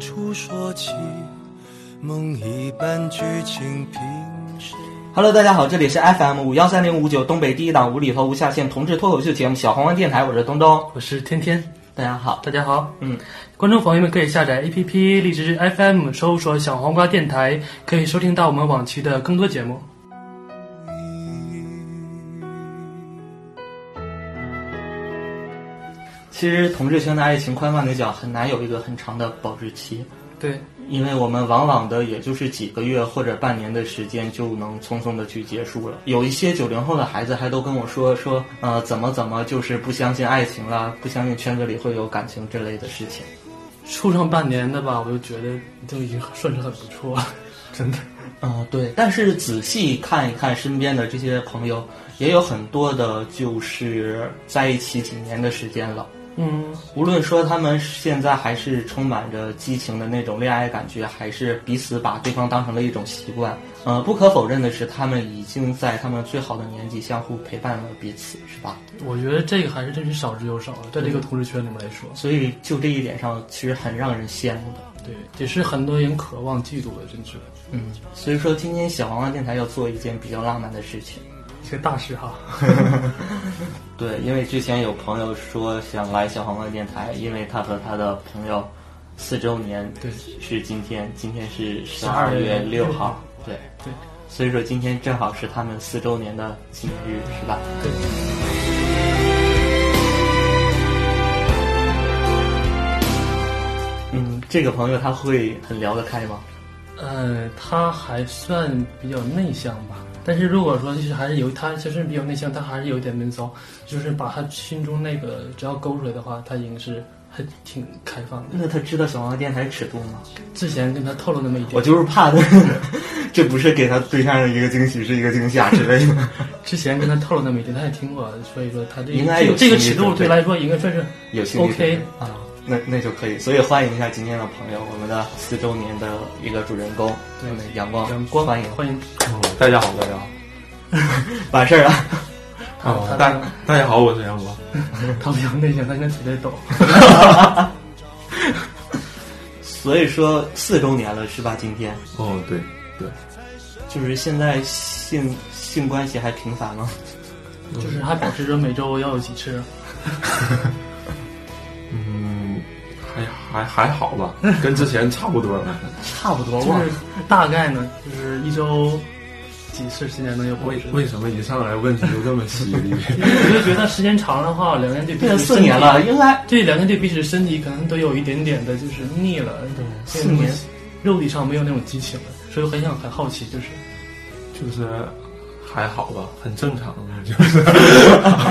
诉说起梦一般剧情凭谁？ Hello，大家好，这里是 FM 五幺三零五九东北第一档无厘头无下限同志脱口秀节目小黄瓜电台，我是东东。我是天天，大家好，大家好，嗯，观众朋友们可以下载 APP 荔枝 FM，搜索“小黄瓜电台”，可以收听到我们往期的更多节目。其实同志圈的爱情宽泛的讲，很难有一个很长的保质期，对，因为我们往往的也就是几个月或者半年的时间就能匆匆的去结束了。有一些九零后的孩子还都跟我说说，呃，怎么怎么就是不相信爱情啦，不相信圈子里会有感情之类的事情。处上半年的吧，我就觉得就已经算是很不错了。真的。嗯、对。但是仔细看一看身边的这些朋友，也有很多的，就是在一起几年的时间了。嗯，无论说他们现在还是充满着激情的那种恋爱感觉，还是彼此把对方当成了一种习惯，呃，不可否认的是，他们已经在他们最好的年纪相互陪伴了彼此，是吧？我觉得这个还是真是少之又少了，在这个同志圈里面来说，所以就这一点上，其实很让人羡慕的。对，也是很多人渴望嫉妒的，真是嗯，所以说今天小黄瓜电台要做一件比较浪漫的事情。一些大事哈。对，因为之前有朋友说想来小黄瓜电台，因为他和他的朋友四周年，对是今天，今天是十二12月月六6号号，对，对所以说今天正好是他们四周年的纪念日，是吧？对，嗯，这个朋友他会很聊得开吗？呃，他还算比较内向吧，但是如果说就是还是有他就是比较内向，他还是有一点闷骚，就是把他心中那个只要勾出来的话，他已经是还挺开放的。那他知道小黄瓜电台尺度吗？之前跟他透露那么一点，我就是怕他， 这不是给他对象的一个惊喜，是一个惊吓之类的。之前跟他透露那么一点，他也听过，所以说他这个应该有这个心理尺准度备对来说应该算是有兴趣 OK 啊，那那就可以。所以欢迎一下今天的朋友，我们的四周年的一个主人公，对我们阳光，阳光欢迎，欢迎大家好，大家好，完事儿了。他啊，大大家好，我是杨博。他比较内向，他应该腿在抖。 所以说四周年了是吧？今天哦，对对，就是现在性性关系还频繁吗？就是还保持着每周要有几次，嗯，还还还好吧，跟之前差不多了。差不多就忘是了。大概呢，就是一周几次，现在能有保为持。为什么一上来问题就这么犀利？因为我就觉得时间长的话，两个人对彼对，此四年了，身体，应该对两个人对彼此身体可能都有一点点的，就是腻了。对，嗯四年，肉体上没有那种激情了，所以很想很好奇，就是就是还好吧，很正常，就是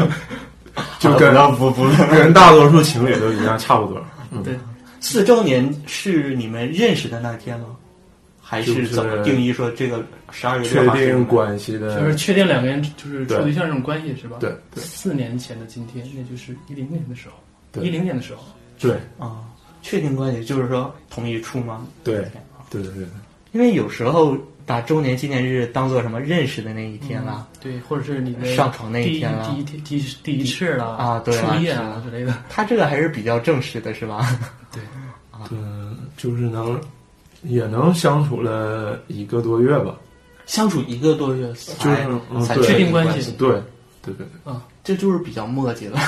就跟不不跟大多数情侣都一样，差不多。嗯，对，四周年是你们认识的那天吗？还就是是怎么定义说这个十二月确六号是你定们关系就是的，确定两个人就是处对对象这种关系是吧？对对四年前的今天，那就是一零年的时候，对一零年的时候，对啊？确定关系就是说同一处吗？对对对对，因为有时候把周年纪念日当做什么认识的那一天啊啦、对，或者是你的上床那一天了第一第一第一第一次了啊对啊初夜啊之类的，他这个还是比较正式的，是吧？对，嗯，就是能也能相处了一个多月吧。 相处一个多月才、就是嗯才对确确定定关关系系，对对对对。啊。这就是比较墨迹了。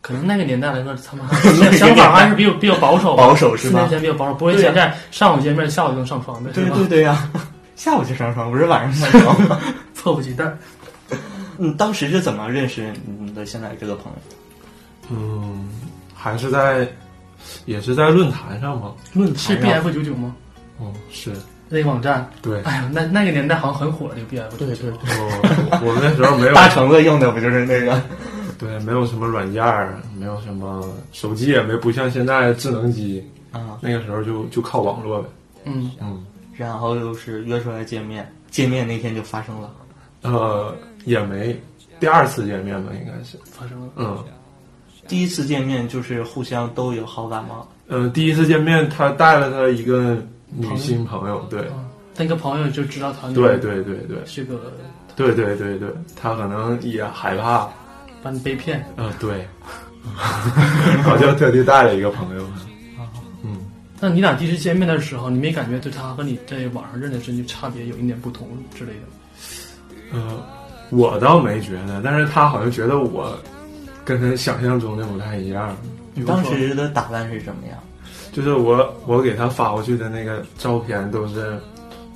可能那个年代来说，他们还是想法还是比较比较保守吧，保守是吧啊四年前比较保守，不会现在上午见面，下午就能上床的，对是吧对，对呀、 下午就上床，不是晚上上床吗？迫不及待。 嗯，当时是怎么认识你的现在这个朋友？嗯，还是在，也是在论坛上嘛。论是 B F 九九吗？嗯，是啊那个网站，对。哎呀，那那个年代好像很火，这个 B F 九对九。对对，我我那时候没 有大橙子用的不就是那个？对，没有什么软件儿，没有什么手机，也没不像现在智能机，啊、那个时候就就靠网络呗。嗯，嗯，然后又是约出来见面，见面那天就发生了。呃，也没第二次见面吧，应该是。发生了。嗯，第一次见面就是互相都有好感吗？呃，第一次见面，他带了他一个女性朋哦友，对，啊那个朋友就知道他对对对对是个对对对对，他可能也害怕，把你被骗，啊 呃，对，我就特地带了一个朋友。嗯，但你俩第一次见面的时候，你没感觉对他和你在网上认的真就差别有一点不同之类的？呃，我倒没觉得，但是他好像觉得我跟他想象中的不太一样。比你如说当时的打扮是什么样？就是我我给他发过去的那个照片都是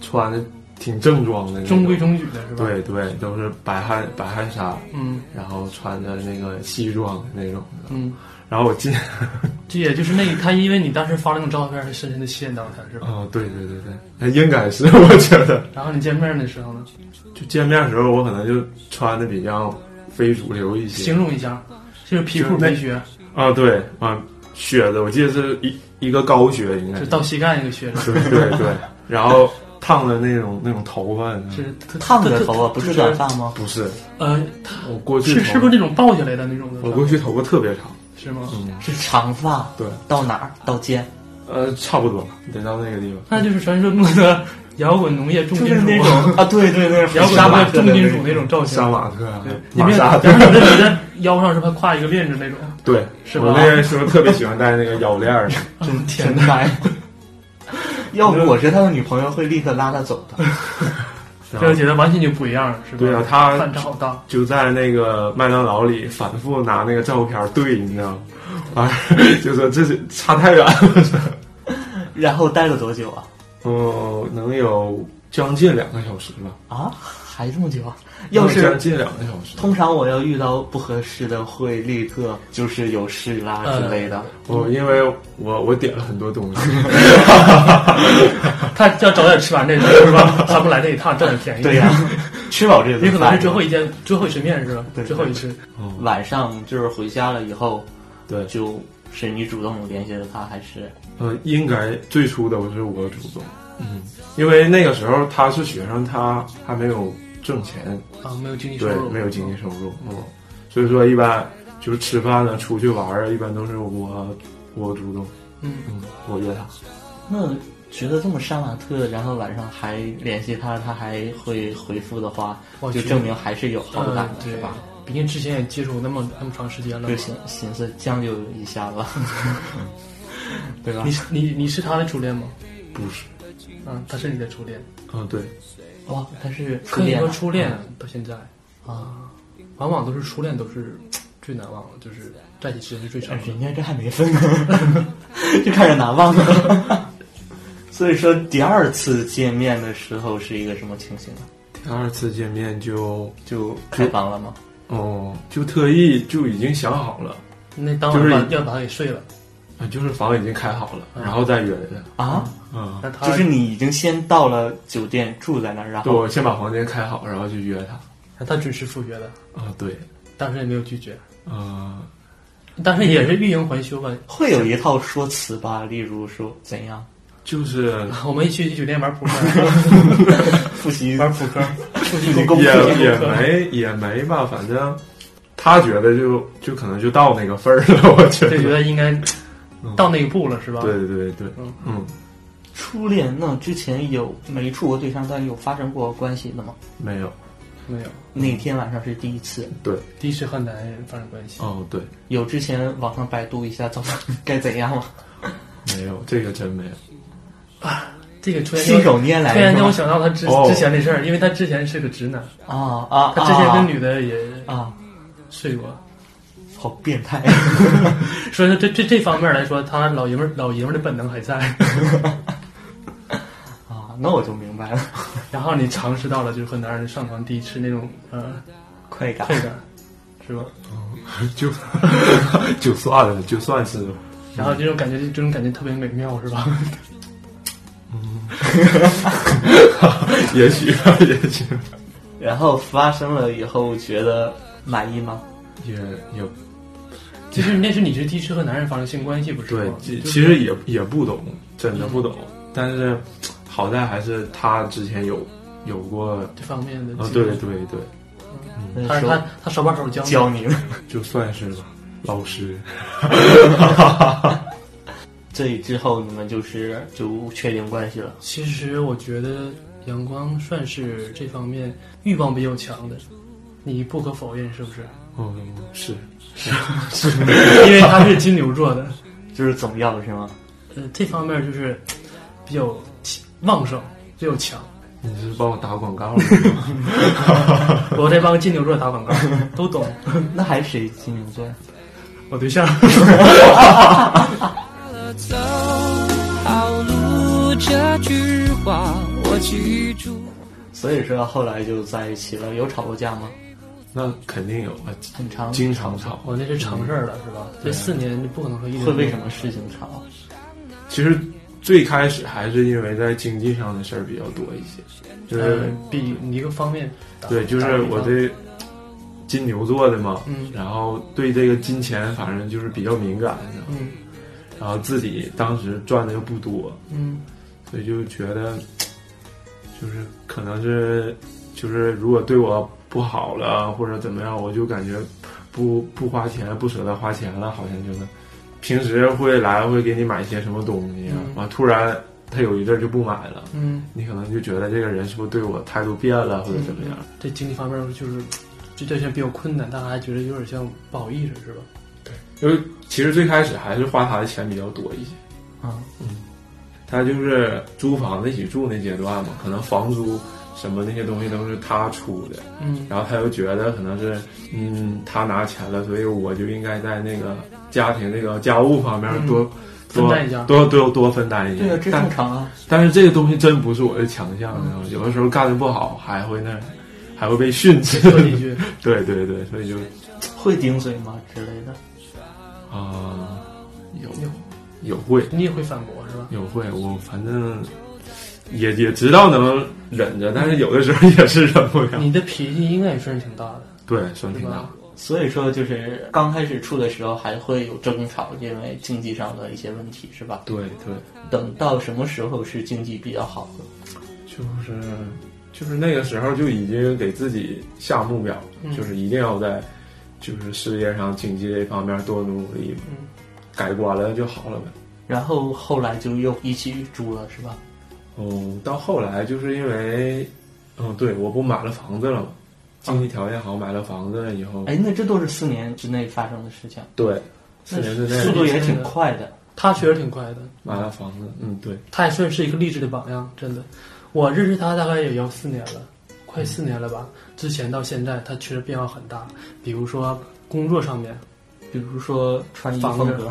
穿的挺正装的那种，中规中矩的是吧？，对对，都是白汗白汗衫，嗯然后穿着那个西装的那种。嗯，然后我进，这也就是那他因为你当时发那种照片，深深的吸引到他是吧？哦，对对对对，应该是 我觉得，然后你见面的时候呢，就见面的时候我可能就穿的比较非主流一些形容一下，就是皮就裤那皮靴，啊，对啊，靴子我记得是一一个高靴，应该就是到膝盖那个靴子，对 对对，然后烫的那种那种头发，你知道是吗烫的头发啊不是短发吗？不是呃，我过去是头是不是那种抱起来的那种的？我过去头发特别长，是吗？嗯，是长发，对，到哪儿？到肩，呃，差不多得到那个地方。那就是传说中的 摇滚农业重就金是属那，种啊，对对对， 摇滚杀农马业特重的金那属种那种造型。杀马特啊对，你马没有，杀然特， 后你在腰上是不是挎一个链子那种？对，是吧我那个时候特别喜欢戴那个腰链 儿，啊真天才。要不我是他的女朋友，会立刻拉他走 的。然这后个觉得完全就不一样了，是吧？对啊，他反差好大。就在那个麦当劳里反复拿那个照片对，你知道吗？完、 就说这是差太远了。 然后待了多久啊？嗯，能有将近两个小时吧，啊，还这么久啊？要将是近两个小时。通常我要遇到不合适的，会立刻就是有事啦呃之类的。我、哦因为我我点了很多东 西，他要早点吃完这顿是吧？他不来这一趟，占点便宜。 对呀、吃饱这顿也可能饭是最后一件、最后一次面是吧对？最后一次，嗯，晚上就是回家了以后，对，就是你主动联系的他，还是呃，应该最初都是我主动，嗯，因为那个时候他是学生，他还没有挣钱，啊，没有经济收对入，，没有经济收入，嗯，所以说一般就是吃饭呢、出去玩儿啊，一般都是我我主动，嗯，嗯，我约他，那觉得这么杀马特，然后晚上还联系他，他还会回复的话，我就觉得证明还是有好感呃的，对是吧？？毕竟之前也接触那么那么长时间了就，寻寻思将就一下 吧，对吧你？你你是他的初恋吗？不是，啊，他是你的初恋，嗯，对，哇，他是初可以恋说啊初恋到现在，啊！往往都是初恋都是最难忘的，就是在一起时间是最长但的是。哎人家这还没分呢， 就开始难忘啊了。 所以说，第二次见面的时候是一个什么情形啊？第二次见面就就开房了吗？哦、就特意就已经想好了，那当晚就把是要把他给睡了，啊，就是房已经开好了，然后再约的，啊，嗯，那他就是你已经先到了酒店住在那儿，然对，后我先把房间开好，然后就约他，那他准时赴约了，啊，对，当时也没有拒绝，啊、当时也是欲迎还休吧。会有一套说辞吧，例如说怎样就是我们一起去酒店玩扑克， 复习玩扑克， 出去复公功也课也没也没吧，反正他觉得就就可能就到那个份儿了， 我觉就觉得。得应该嗯到那一步了，是吧？对对对对，嗯嗯，初恋那之前有没处过对象，但有发生过关系的吗？嗯没有，没有，那天晚上是第一次，对，第一次和男人发生关系，哦对，有之前网上百度一下怎么该怎样吗？没有，这个真没有。 这个突然信间手拈来突然间我是想到他之哦之前的事儿，因为他之前是个直男，吧啊啊，他之前跟女女的也啊，睡过，好变态， 所以说这这这方面来说，他老爷们儿老爷们儿的本能还在。 啊，那我就明白了， 然后你尝试到了就是和男人上床第一次那种呃快感快感，是吧？就就算了，就算是然后这种感觉，这种感觉特别美妙，是吧？ 也许啊也许然后发生了以后觉得满意吗？也也其实那是你是第一次和男人发生性关系，不是对吗？，其就是嗯其实也也不懂，真的不懂。但是好在还是他之前有有过啊、这方面的经对历对对，那他是时他候他手把手教你教你了。就算是吧，老师。 这之后你们就是就确定关系了，其实我觉得阳光算是这方面欲望比较强的，你不可否认是不是？ 嗯，是因为他是金牛座的，就是总要是吗？呃这方面就是比较旺盛，比较强。你是帮我打广告 了吗？我在帮金牛座打广 告，都懂。那还谁金牛座呀？我对象，了走好路，这句话我记住。所以说后来就在一起了。有吵过架吗？那肯定有啊，很长，经常吵。我那是常事儿了，是吧？这四年不可能说一直会为什么事情吵？其实最开始还是因为在经济上的事儿比较多一些，就是呃，比你一个方面打对，就打个是比我方对金牛座的嘛，嗯然后对这个金钱反正就是比较敏感，你知道吗嗯然后自己当时赚的又不多，嗯所以就觉得就是可能是就是如果对我不好了或者怎么样，我就感觉不不花钱不舍得花钱了，好像就是平时会来会给你买一些什么东西啊，嗯完、突然他有一阵儿就不买了。嗯，你可能就觉得这个人是不是对我态度变了，或者怎么样？这经济方面就是这这些比较困难，但还觉得有点像不好意思，是吧？因为其实最开始还是花他的钱比较多一些。嗯啊，他就是租房子一起住那阶段嘛，可能房租什么那些东西都是他出的，嗯然后他又觉得可能是，嗯，他拿钱了，所以我就应该在那个家庭那个家务方面多、分担一下多多多分担一下。对啊，这正但常啊。但是这个东西真不是我的强项，你知道吗？有的时候干的不好还会那，还会被训斥。 说几句， 对对对，所以就会顶嘴吗之类的？啊、有有有会你也会反驳是吧？有会，我反正也也知道能忍着，但是有的时候也是忍不了。你的脾气应该也算是挺大的，对，算对挺大嗯吧。？所以说就是刚开始处的时候还会有争吵，因为经济上的一些问题是吧？对对，等到什么时候是经济比较好的？就是就是那个时候就已经给自己下目标，嗯就是一定要在就是事业上、经济这方面多努力，嗯改观了就好了呗。然后后来就又一起住了是吧？嗯，到后来就是因为，嗯，对，我不买了房子了嘛，经济条件好，买了房子以后，哎，那这都是四年之内发生的事情，对，四年之速内度也挺快的。他确实挺快的，买了房子，嗯，对，他也算是一个励志的榜样，真的。我认识他大概也要四年了，快四年了吧。之前到现在，他确实变化很大，比如说工作上面， 比如说穿衣房风子 格，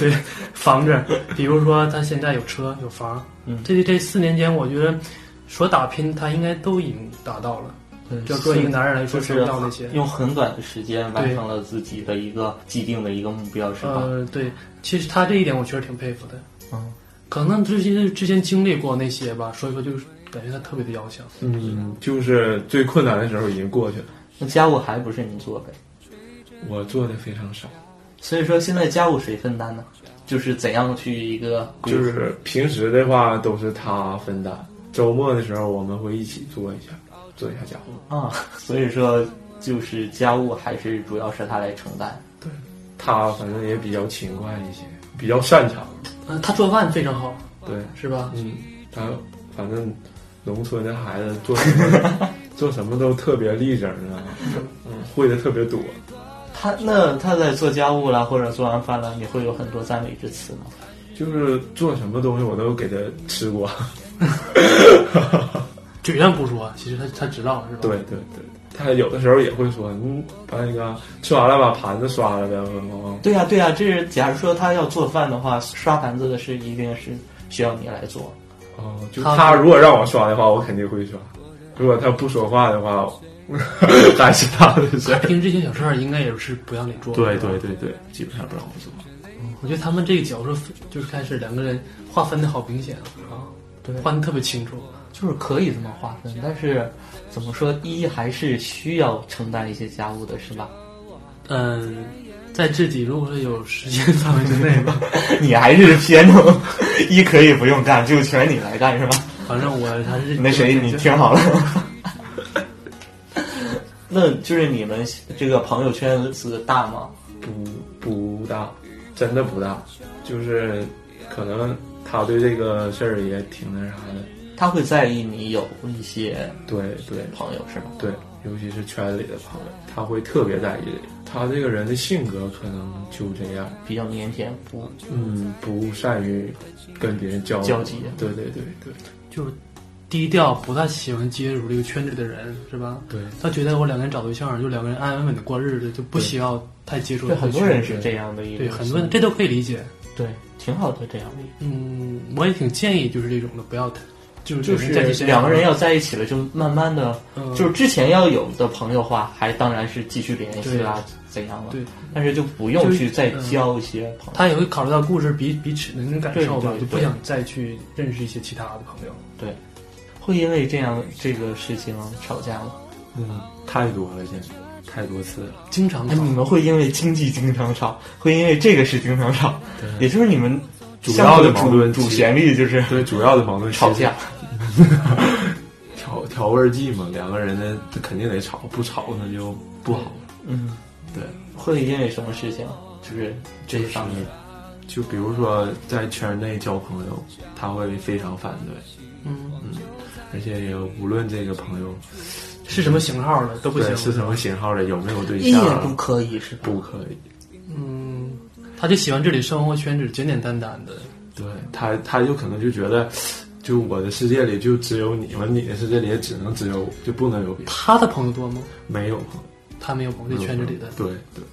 对，房子，比如说他现在有车有房，嗯这这四年间，我觉得所打拼他应该都已经达到了。就作为一个男人来说，就是做不到那些。用很短的时间完对成了自己的一个既定的一个目标，是吧？呃，对，其实他这一点我确实挺佩服的。嗯，可能之前之前经历过那些吧，所以说就是感觉他特别的要强。嗯，就是最困难的时候已经过去了，那家务还不是你做呗？我做的非常少，所以说现在家务谁分担呢？就是怎样去一个规就划是平时的话都是他分担，周末的时候我们会一起做一下，做一下家务，啊， 所以说就是家务还是主要是他来承担。他反正也比较勤快一些，比较擅长，嗯、他做饭非常好，对，是吧？嗯，他反正农村的孩子做什么做什么都特别立正啊，嗯，会的特别多。他那他在做家务啦，或者做完饭啦，你会有很多赞美之词吗？就是做什么东西我都给他吃过，嘴上不说，其实他他知道是吧？对，对对，他有的时候也会说，嗯，把那个吃完了把盘子刷了呗，我我对呀、对呀、这是假如说他要做饭的话，刷盘子的事一定是需要你来做。哦，就他他如果让我刷的话，我肯定会刷；如果他不说话的话，还是他的事儿。平时这些小事儿应该也是不让你做。对是吧对对对，基本上不让我做。我觉得他们这个角色分就是开始两个人划分的好明显啊，对划分得特别清楚。就是可以这么划分，但是怎么说，一还是需要承担一些家务的，是吧？嗯，在自己如果说有时间 范围之内吧， 你还是偏重，一可以不用干，就全你来干，是吧？ 反正我还是那谁，你听好了。 那就是你们这个朋友圈子大吗？不不大，真的不大，就是可能他对这个事儿也挺那啥的。他会在意你有一些对对朋友是吧？对，尤其是圈里的朋友，他会特别在意这个。他这个人的性格可能就这样，比较腼腆，不嗯，不善于跟别人交流交际对对对对就是低调，不太喜欢接触这个圈子里的人，是吧？对，他觉得我两个人找对象，就两个人安安稳稳的过日子，就不需要太接触对这很个多圈人子是这样的一个对很多人这都可以理解。对挺好的这样的一个。嗯，我也挺建议就是这种的，不要太就是就两个人在一是起两个人要在一起了，就慢慢的，嗯就是之前要有的朋友话，还当然是继续联系啊啦，怎样了？对，但是就不用就是去再嗯交一些朋友。他也会考虑到故事彼彼此的那种感受吧对对，就不对想再去认识一些其他的朋友。对，会因为这样这个事情啊吵架吗？嗯，太多了，现在太多次了，经常哎，你们会因为经济经常吵，会因为这个事经常吵，也就是你们主要的相矛互盾主其主实旋律就是对，主要的矛盾其实吵架，调调味儿剂嘛，两个人的他肯定得吵，不吵那就不好了。嗯，对，会因为什么事情？就是这一方面，就比如说在圈内交朋友，他会非常反对，嗯，而且也无论这个朋友是什么型号的都不对是行。什么型号的，有没有对一言不象，啊可以是吧？不可以。嗯，他就喜欢这里生活圈子简简单单的。对他，他就可能就觉得，就我的世界里就只有你们，你的世界里也只能只有我，就不能有别人，他的朋友多吗？没有朋友他没有朋友，这圈子里的。对对，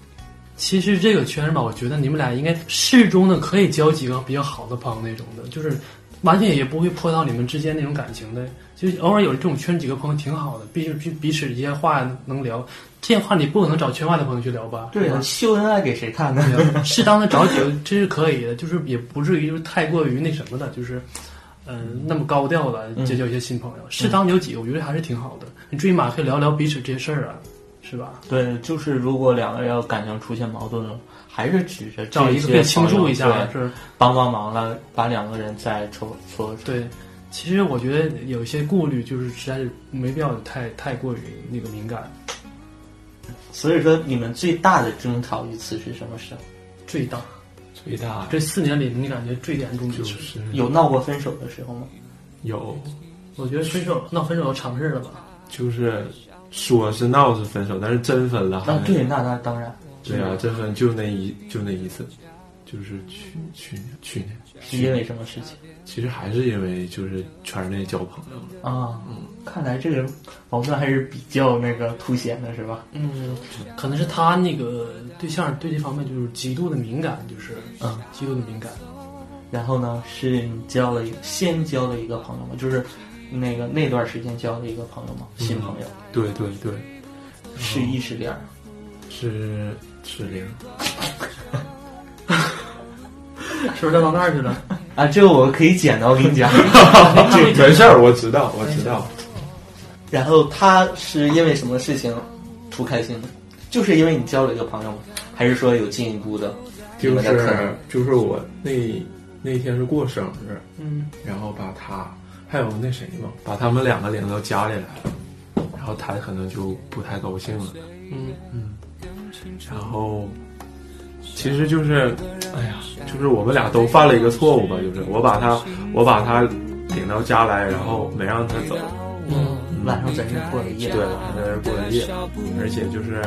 其实这个圈子吧，我觉得你们俩应该适中的可以交几个比较好的朋友那种的，就是完全也不会破到你们之间那种感情的。就是偶尔有这种圈几个朋友挺好的，毕竟彼彼此之间话能聊。这些话你不可能找圈外的朋友去聊吧？对吧啊，秀恩爱给谁看呢？ 适当的找几个这是可以的，就是也不至于就是太过于那什么的，就是。嗯、那么高调的结交一些新朋友，适当有几个，我觉得还是挺好的。你最起码可以聊聊彼此这些事儿啊，是吧？对，就是如果两个人要感情出现矛盾了，还是指着找一个可以倾诉一下，对是帮帮忙了，把两个人再搓搓。对，其实我觉得有一些顾虑，就是实在是没必要太太过于那个敏感。所以说，你们最大的争吵一次是什么时候？最大最大这四年里，你感觉最严重的就就是，是有闹过分手的时候吗？有，我觉得分手闹分手都常事了吧？就是说是闹是分手，但是真分了，那还啊对，那那当然，对啊，真分就那一就那一次，就是去去年去年，是因为什么事情其实还是因为就是圈内交朋友了，啊？看来这个矛盾还是比较那个凸显的，是吧？嗯，可能是他那个对象对这方面就是极度的敏感，就是嗯，极度的敏感。然后呢，是你交了一个先交了一个朋友吗？就是那个那段时间交的一个朋友吗？新朋友、对对对，是异是恋儿？是是零，是不是到那儿去了？啊，这个我可以剪的，我跟你讲。这没事儿，我知道我知道，然后他是因为什么事情图开心的？就是因为你交了一个朋友吗？还是说有进一步的你就们的可能是？就是我那那天是过生日，嗯，然后把他还有那谁嘛，把他们两个领到家里来了，然后他可能就不太高兴了。嗯，然后其实就是，哎呀，就是我们俩都犯了一个错误吧，就是我把他我把他领到家来，然后没让他走，嗯晚上在那过了夜。对，晚上在这儿过的夜，而且就是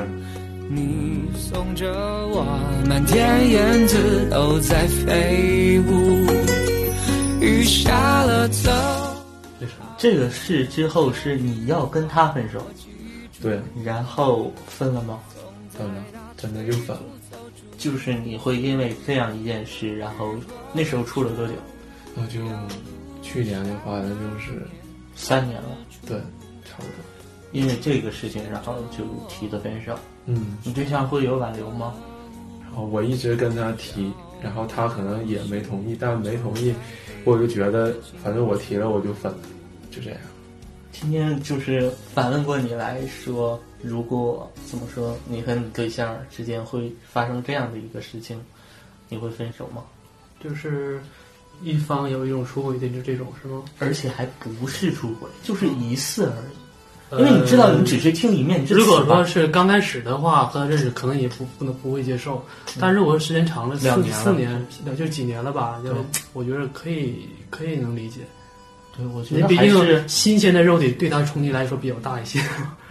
你送着我，满天燕子都在飞舞，雨下了走。这个事之后是你要跟他分手，对然后分了吗？分了，真的又分了。就是你会因为这样一件事，然后那时候处了多久？那就去年的话，那就是三年了。对，差不多。因为这个事情，然后就提的分手。嗯，你对象会有挽留吗？然后我一直跟他提，然后他可能也没同意，但没同意，我就觉得反正我提了我就分了，就这样。今天就是反问过你来说，如果怎么说，你和你对象之间会发生这样的一个事情，你会分手吗？就是一方有一种出轨的就这种是吗？而且还不是出轨，就是疑似而已。因为你知道，你只是听一面之词呃如果吧说是刚开始的话，和他认识可能也不不能不会接受，但如果时间长了，两四年了四嗯年，就几年了吧，就我觉得可以可以能理解，对，我觉因为得毕还是竟新鲜的肉体对他冲击来说比较大一些。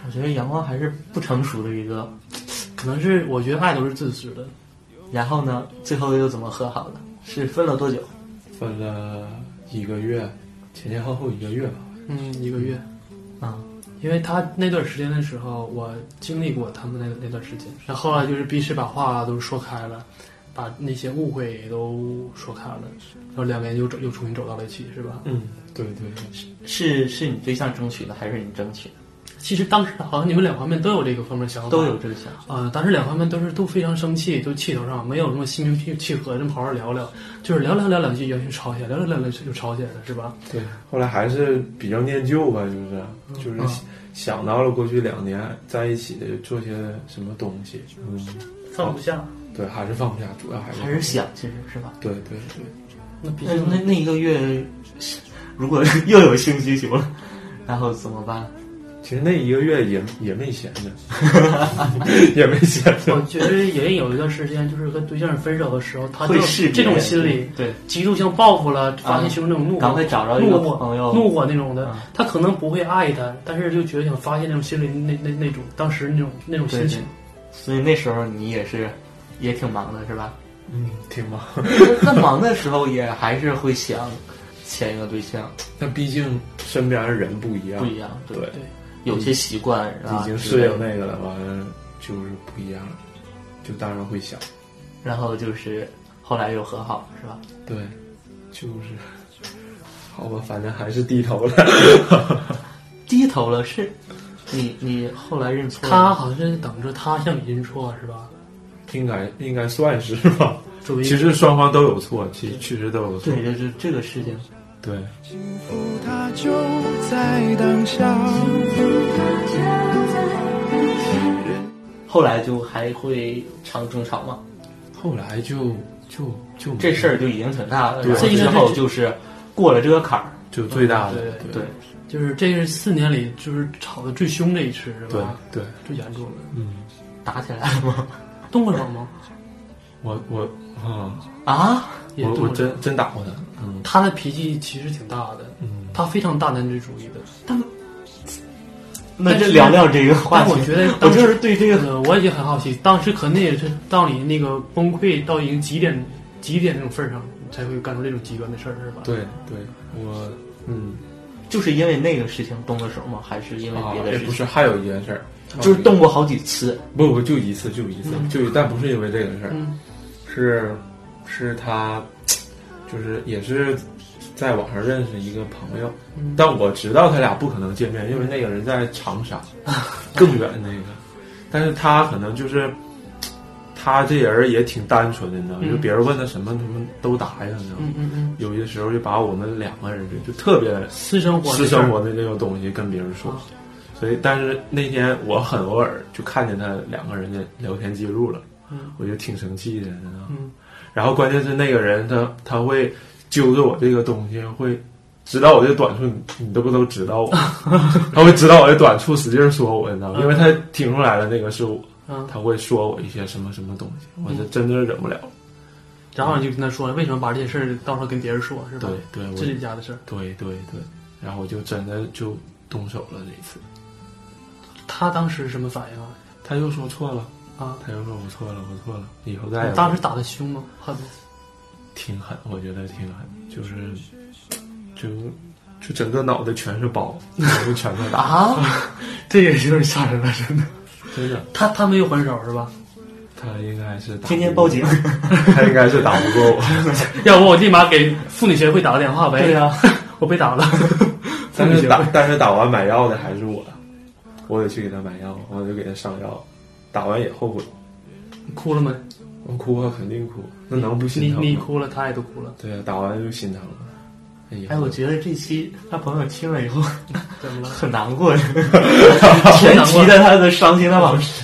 我觉得阳光还是不成熟的一个可能是我觉得爱都是自私的，然后呢，最后又怎么和好的？是分了多久？分了一个月，前前后后一个月吧。嗯，一个月，啊、因为他那段时间的时候，我经历过他们那那段时间，然后后啊来就是彼此把话都说开了，把那些误会也都说开了，然后两个人又走又重新走到了一起，是吧？嗯，对对对，是是你对象争取的，还是你争取的？其实当时好像你们两方面都有这个方面想法，都有这个想法。呃，当时两方面都是都非常生气，都气头上，没有什么心平气气和，这么好好聊聊，就是聊聊聊两句，原先吵起来，聊聊聊聊就吵起来了，是吧？对，后来还是比较念旧吧，就是就是嗯想到了过去两年在一起的做些什么东西，嗯，放不下。对，还是放不下，主要还是还是想，其实是吧？对对对，那毕那竟那那一个月，如果 又有性需求了，然后怎么办？其实那一个月也也没闲 着，也没闲我着，觉得也有一段时间，就是跟对象分手的时候，他会就试这种心理，对，极度像报复了，发泄其中那种怒火，啊赶快找着一个怒火哦朋友怒火那种的啊。他可能不会爱他，但是就觉得想发泄那种心里那那那种当时那种那种心对对情。。所以那时候你也是，也挺忙的， 是吧？嗯，挺忙。那忙的时候也还是会想前一个对象，但毕竟身边的人不一样，不一样，对对，吧有些习惯啊，已经适应那个了，完了就是不一样了，就当然会想，然后就是后来又和好了，是吧？对，就是，好吧，反正还是低头了，低头了是，你你后来认错了他吗，好像是等着他向你认错，是吧？应该应该算是吧。作为 一其个实双方都有错，其实确实都有错，对，就是这个事情，对，幸福它就在当下。后来就还会常争吵嘛，后来就就就没这事儿就已经挺大了，对然后这应该之是后就是过了这个坎儿，就最大的，对嗯对对，就是这是四年里就是吵得最凶这一次，是对吧？对，最严重了，嗯，打起来了吗？动过手吗？我我啊，啊，也我动我过手真真打过他，嗯他的脾气其实挺大的，嗯，他非常大男子主义的。那但就是聊聊这个话但题。我觉得我当时就是对这这个个我也很好奇，当时可能也是到你那个崩溃到已经几点几点那种份儿上，你才会干出这种极端的事儿，是吧？，对对，我嗯就是因为那个事情动的手吗？还哦是因哦为啊，别的也事不情？嗯是，还有一件事儿，就是动过好几次，不不，就一次，就一次，嗯就但不是因为这个事儿，嗯是是他，就是也是在网上认识一个朋友，嗯但我知道他俩不可能见面，因为那个人在长沙，更远那个，但是他可能就是。他这人也挺单纯的，你知道吗，嗯就别人问他什么，他们都答应，你知道吗嗯？嗯嗯，有些时候就把我们两个人就就特别私生活，私生，活的这种东西跟别人说啊，所以但是那天我很偶尔就看见他两个人的聊天记录了嗯，我就挺生气的，你知道吗嗯然后关键是那个人他他会揪着我这个东西，会知道我这短处，你你都不都知道我，他会知道我的短处，使劲说我，你知道吗？因为他听出来了那个是我，嗯，他会说我一些什么什么东西，我就真的忍不了。然后你就跟他说了，为什么把这些事儿到时候跟别人说，是吧对？对，我自己家的事儿，对对对，然后我就真的就动手了这一次。他当时什么反应啊？他又说错了，啊，他又说我错了，我错了，以后再也不当时打的凶吗？很，挺狠，我觉得挺狠，就是就就整个脑袋全是包，我就全在打， 这也就是吓人了， 真的。真的，他他没有还手是吧？他应该是打天天不报过警。我， 他应该是打不过我，要不我立马给妇女协会打个电话呗。对啊呀、我被打 了。但妇女是协打会但是打完买药的还是我，我得去给他买药，我就给他上药，打完也后悔，哭了吗？我哭啊，肯定哭，那能不你心疼你吗？哭了，他也都哭了。对啊，打完就心疼了。哎呀哎，我觉得这期他朋友听了以后怎 么了？很难 过，全提的他的伤心的往事。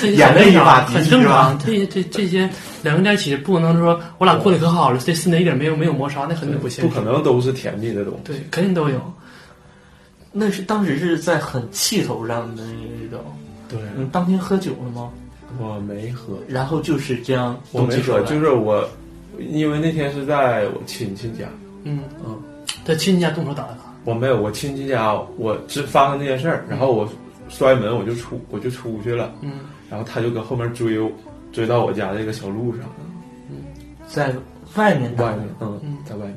这眼泪一把鼻涕很正是吧常。这这这些两个人在一起，不能说我俩过得可好了，这四年一点没有没有摩擦，那肯定不现不实。可能都是甜蜜的东西，对，肯定都有。那是当时是在很气头上的一种。对，你当天喝酒了吗？我没喝，然后就是这样我动没起手说，来，就是我，因为那天是在我亲戚家，嗯嗯，在亲戚家动手打了他，我没有我亲戚家，我只发生这件事儿，然后我摔门，我就出我就出去了，嗯，然后他就搁后面追我，追到我家这个小路上了，在外面打外面，嗯，在外面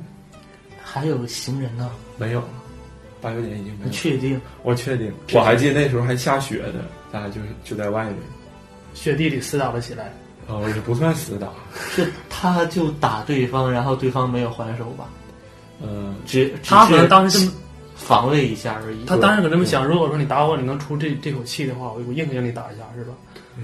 还有行人呢，没有了，八九点已经没有你了。确定？我确定，我还记得那时候还下雪呢，咱俩就就在外面，雪地里厮打了起来。啊、我也不算死打，是他就打对方，然后对方没有还手吧？嗯、只他只可是能当时这么，防卫一下而已。他当时可能这么想：如果说你打我，你能出这这口气的话，我我硬给你打一下，是吧？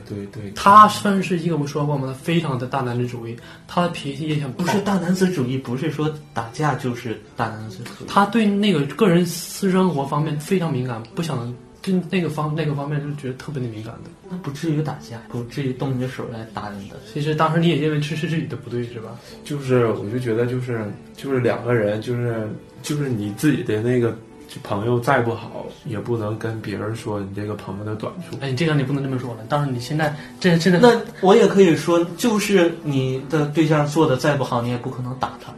对对对，他算是一个我们说过嘛，他非常的大男子主义，他的脾气也很不好是大男子主义，不是说打架就是大男子主义。他对那个个人私生活方面非常敏感，不想对那个方那个方面就觉得特别的敏感的。他不至于打架，不至于动你的手来打你的。其实当时你也认为是是自己的不对，是吧？就是我就觉得就是就是两个人就是就是你自己的那个就朋友再不好，也不能跟别人说你这个朋友的短处。哎，你这个你不能这么说了。当时你现在这现在那我也可以说，就是你的对象做的再不好，你也不可能打他。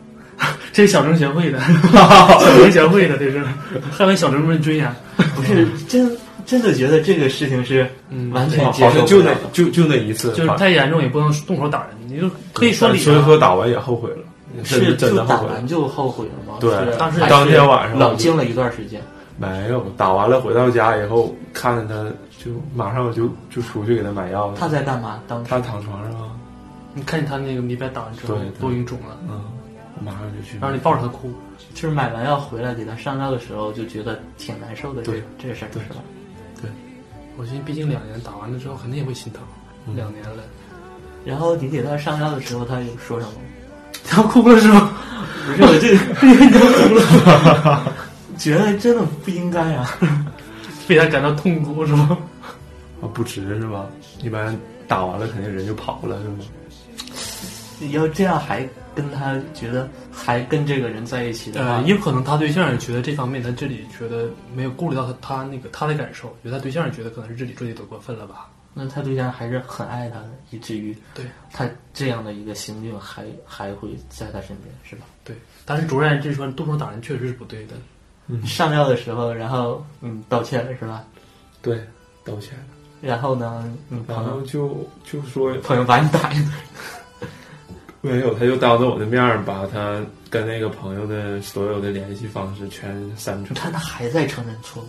这是小城协会的， 小城协会的这是，还有小城们追啊呀、不是真真的觉得这个事情是完全好接受像不就了那的。就就那一次，就是太严重也不能动手打人，你就可以说理啊所以啊。说打完也后悔了，是真就的打后悔了完。就后悔了吗？对是当时还是当天晚上冷静了一段时间。没有打完了，回到家以后看着他，就马上我就就出去给他买药了。他在干嘛？当时嗯他躺床上啊，你看见他那个礼拜打完之后对对都已经肿了，嗯，我马上就去。然后你抱着他哭，就是买完药回来给他上药的时候，就觉得挺难受的。这对这事儿是对吧？我寻思毕竟两年打完了之后肯定也会心疼，嗯两年了，然后你给他上药的时候，他有说什么吗？他哭了是吗？不是我这个觉得真的不应该啊。 为他感到痛苦是吗？啊，不值是吧？一般打完了肯定人就跑了是吗？你要这样还跟他觉得还跟这个人在一起的话，呃，也可能他对象也觉得这方面，他这里觉得没有顾虑到他他那个他的感受，觉得他对象也觉得可能是自己做的有点过分了吧。那他对象还是很爱他的，以至于对他这样的一个行径还还会在他身边，是吧？对，但是卓然这说动手打人确实是不对的，嗯上药的时候，然后嗯道歉了是吧？对，道歉。然后呢，嗯然朋后友就就说朋友把你打一顿，没有，他就当着我的面儿把他跟那个朋友的所有的联系方式全删除你。看他还在承认错误，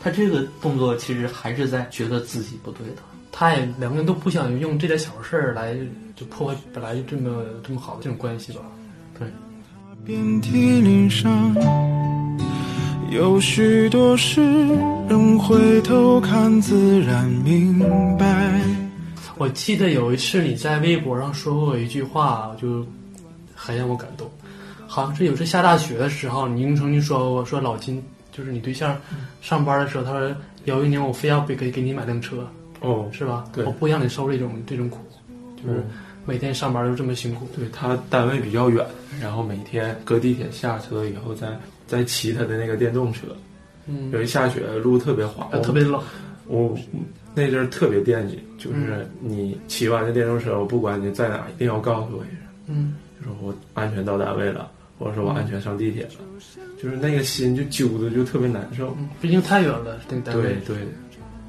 他这个动作其实还是在觉得自己不对的。他也两个人都不想用这点小事儿来就破坏本来就这么这么好的这种关系吧。遍体鳞伤，有许多事等回头看自然明白。我记得有一次你在微博上说过一句话，就很让我感动。好像是有次下大雪的时候，你曾经说过，说老金就是你对象嗯上班的时候，他说有一年我非要给给给你买辆车，哦，是吧？对嗯我不想你受这种这种苦，就是每天上班都这么辛苦。对他单位比较远，然后每天搁地铁下车以后再再骑他的那个电动车。嗯，呃有一下雪，路特别滑，特别冷，我那阵儿特别惦记，就是嗯你骑完这电动车，我不管你在哪，一定要告诉我一声。嗯，就说我安全到单位了，或者说我安全上地铁了，就是那个心就揪的就特别难受。嗯毕竟太远了，这个单对位。对，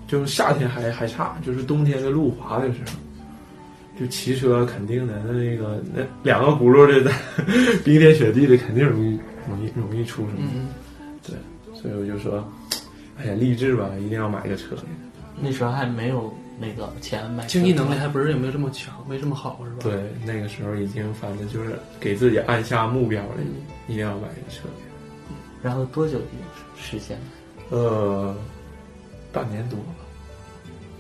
就是夏天还还差，就是冬天的路滑的时候，就骑车肯定的那个那两个轱辘的在 冰天雪地的肯定容易容易容易出什么。嗯，对，所以我就说，哎呀，励志吧，一定要买个车。那时候还没有那个钱买车经济能力还不是也没有这么强，没这么好，是吧？对，那个时候已经反正就是给自己按下目标了，一定要买个车。然后多久实现了？呃，半年多了，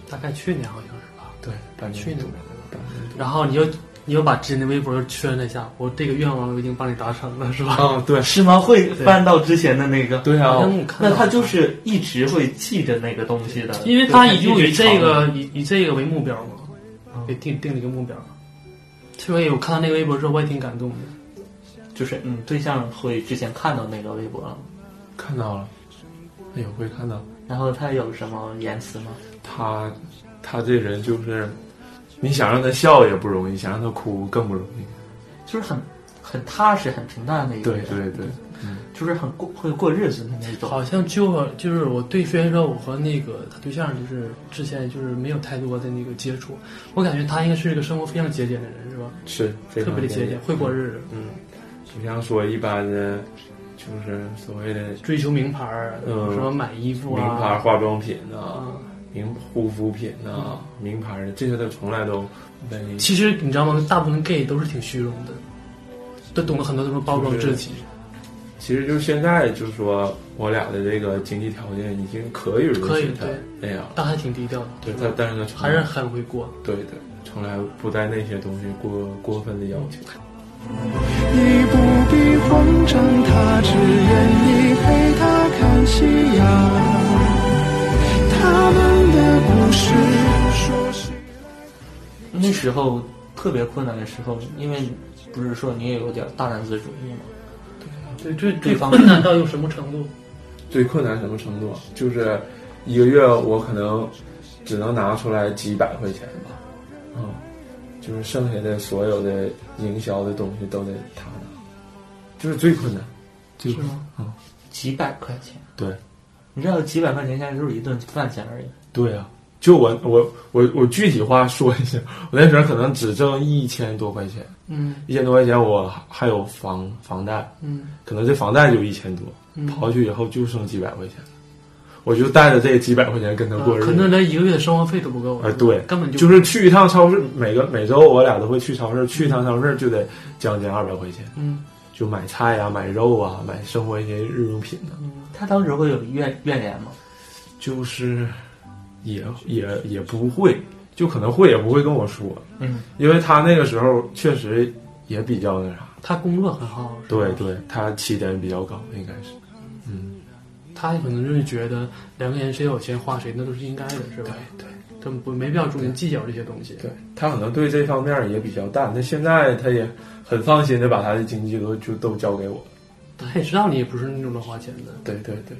大概去年好像是吧。对，半去年年多了，半年多了。然后你又你又把之前的微博又圈了一下，我这个愿望我已经帮你达成了，是吧？啊，对，是吗？会翻到之前的那个？哦对啊好，像我看到那他就是一直会记着那个东西的，因为他就以就一直以这藏着个以以这个为目标嘛，给定定了一个目标。所以我看到那个微博之后，我也挺感动的。就是嗯，对象会之前看到那个微博了，看到了，哎呦，会看到然后他有什么言辞吗？他，他这人就是，你想让他笑也不容易，想让他哭更不容易。就是很很踏实、很平淡的一个对人。对对，就是很过会过日子的那种。好像就就是我对虽然说我和那个他对象就是之前就是没有太多的那个接触，我感觉他应该是一个生活非常节俭的人，是吧？是非特常别的节俭，会过日。日子，嗯，不像说一般的，就是所谓的追求名牌儿，嗯什么买衣服名啊，牌化妆品呐、嗯名护肤品呐、名牌的这些都从来都没。其实你知道吗？大部分 gay 都是挺虚荣的，都懂得很多怎么包装自己，其实就是现在，就是说我俩的这个经济条件已经可以允可以许他对那样。但还挺低调的，对他，但是他从还是很会过。对对，从来不带那些东西过过分的要求。你不必慌张，他只愿意陪他看夕阳。他们的故事说是。那时候特别困难的时候，因为不是说你也有点大男子主义嘛，对，这对这方困难到有什么程度？最困难什么程度啊？就是一个月我可能只能拿出来几百块钱吧，嗯，就是剩下的所有的营销的东西都得他拿，就是最困难，最困难。嗯，几百块钱，对你知道几百块钱现在就是一顿饭钱而已。对啊，就我我我我具体话说一下，我那时候可能只挣一千多块钱，嗯一千多块钱我还有房房贷，嗯，可能这房贷就一千多，刨去以后就剩几百块钱了，我就带着这几百块钱跟他过日呃啊可子。能连一个月的生活费都不够。啊，对，根本就 就是去一趟超市，每个每周我俩都会去超市，去一趟超市就得将近二百块钱，嗯，就买菜呀、买肉啊、买生活一些日用品呢、嗯他当时会有怨怨言吗？就是也也也不会，就可能会也不会跟我说，嗯，因为他那个时候确实也比较那啥，他工作很好，是吧对，对，他起点比较高，应该是，嗯，他可能就是觉得两个人谁有钱花谁，那都是应该的，是吧对？对。他们不没必要中间计较这些东西。对他可能对这方面也比较淡，他现在他也很放心的把他的经济都就都交给我了，他也知道你也不是那种乱花钱的，对对对。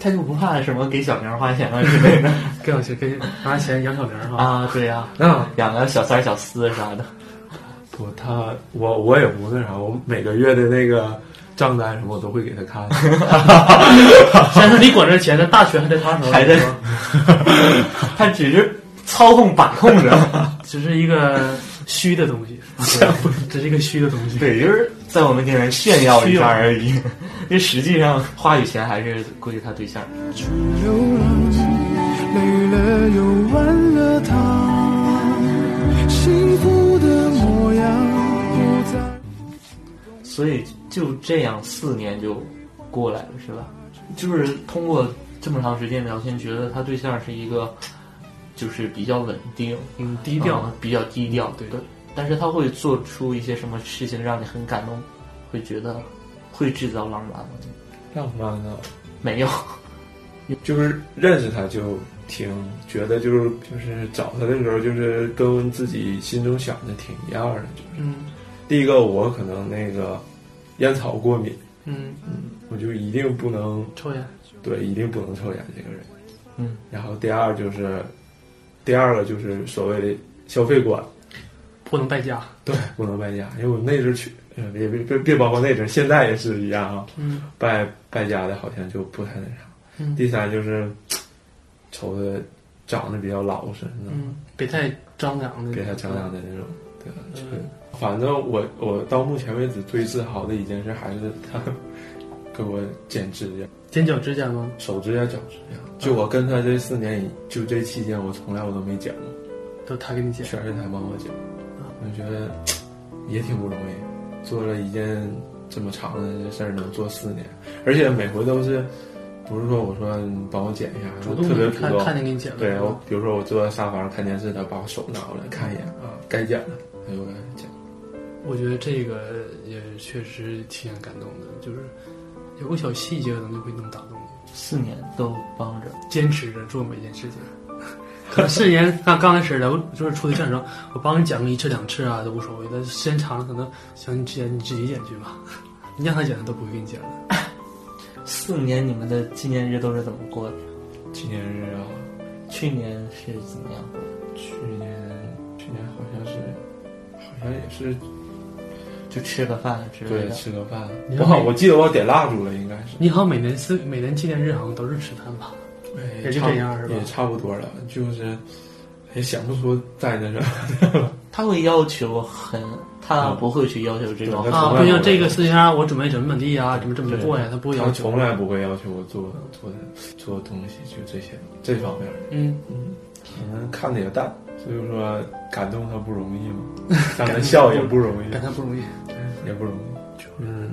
他就不怕什么给小明花钱啊之类的跟小跟拿钱养小玲儿哈。啊？对呀、那养个小三小四啥的。不，他我我也不那啥，我每个月的那个账单什么我都会给他 看。啊先说你管这钱的大权还在他手里，还 在是吧他只是操控把控着。只是一个虚的东西，对只是一个虚的东西。对，就是在我们面前炫耀一下而已。这实际上话语权还是归他对象。去流浪，累了又忘了他，幸福的模样不再。所以就这样四年就过来了，是吧？就是通过这么长时间聊天，觉得他对象是一个就是比较稳定、嗯，低调嗯，比较低调，对但是他会做出一些什么事情让你很感动，会觉得会制造浪漫吗？浪漫啊，没有，就是认识他就挺觉得就是就是找他的时候就是跟自己心中想的挺一样的。就是嗯第一个我可能那个烟草过敏，嗯，我就一定不能抽烟，对，一定不能抽烟这个人。嗯，然后第二就是第二个就是所谓的消费观。不能败家。对，不能败家，因为我那阵儿去，呃别别别别包括那阵儿，现在也是一样啊，嗯败败家的好像就不太那啥。嗯第三就是瞅着长得比较老实，你知道吗？嗯，别太张扬的，嗯别太张扬的那种，对吧？就是反正我我到目前为止最自豪的一件事还是他给我剪指甲，剪脚指甲吗？手指甲、脚指甲。就我跟他这四年，就这期间，我从来我都没剪过，都他给你剪。全是他帮我剪，我觉得也挺不容易，做了一件这么长的事儿能做四年，而且每回都是，不是说我说你帮我剪一下，主特别动主看看动。见给你剪了。对，我比如说我坐在沙发上看电视，他把我手拿过来看一眼啊，该剪了，他就该剪。我觉得这个也确实挺感动的，就是有个小细节可能就会能打动你，四年都帮着。坚持着做每 件事情。可能四年刚刚开始聊，就是处对象的时候，我帮你讲个一次两次啊都无所谓，但是时间长了，可能想你之前你自己剪去吧， 你让他剪他都不会给你剪了。四年你们的纪念日都是怎么过的？纪念日啊，去年是怎么样过的？去年去年好像是，好像也是就吃个饭之类对，的。吃个饭你。我看好，我记得我点蜡烛了，应该是。你好，每年四每年纪念日好像都是吃饭吧？哎也就差这样是吧也差不多了，就是也想不出再那什么了。他会要求很，他不会去要求这种对好他啊，从来不不像会这个事情啊，我准备怎么怎么地啊，怎么怎么对过呀，他不会要他求。从来不会要求我做做做东西，就这些这方面，嗯，可能看的也淡，所以说感动他不容易嘛，让他笑也不容易，嗯感叹不容易。也不容易，就是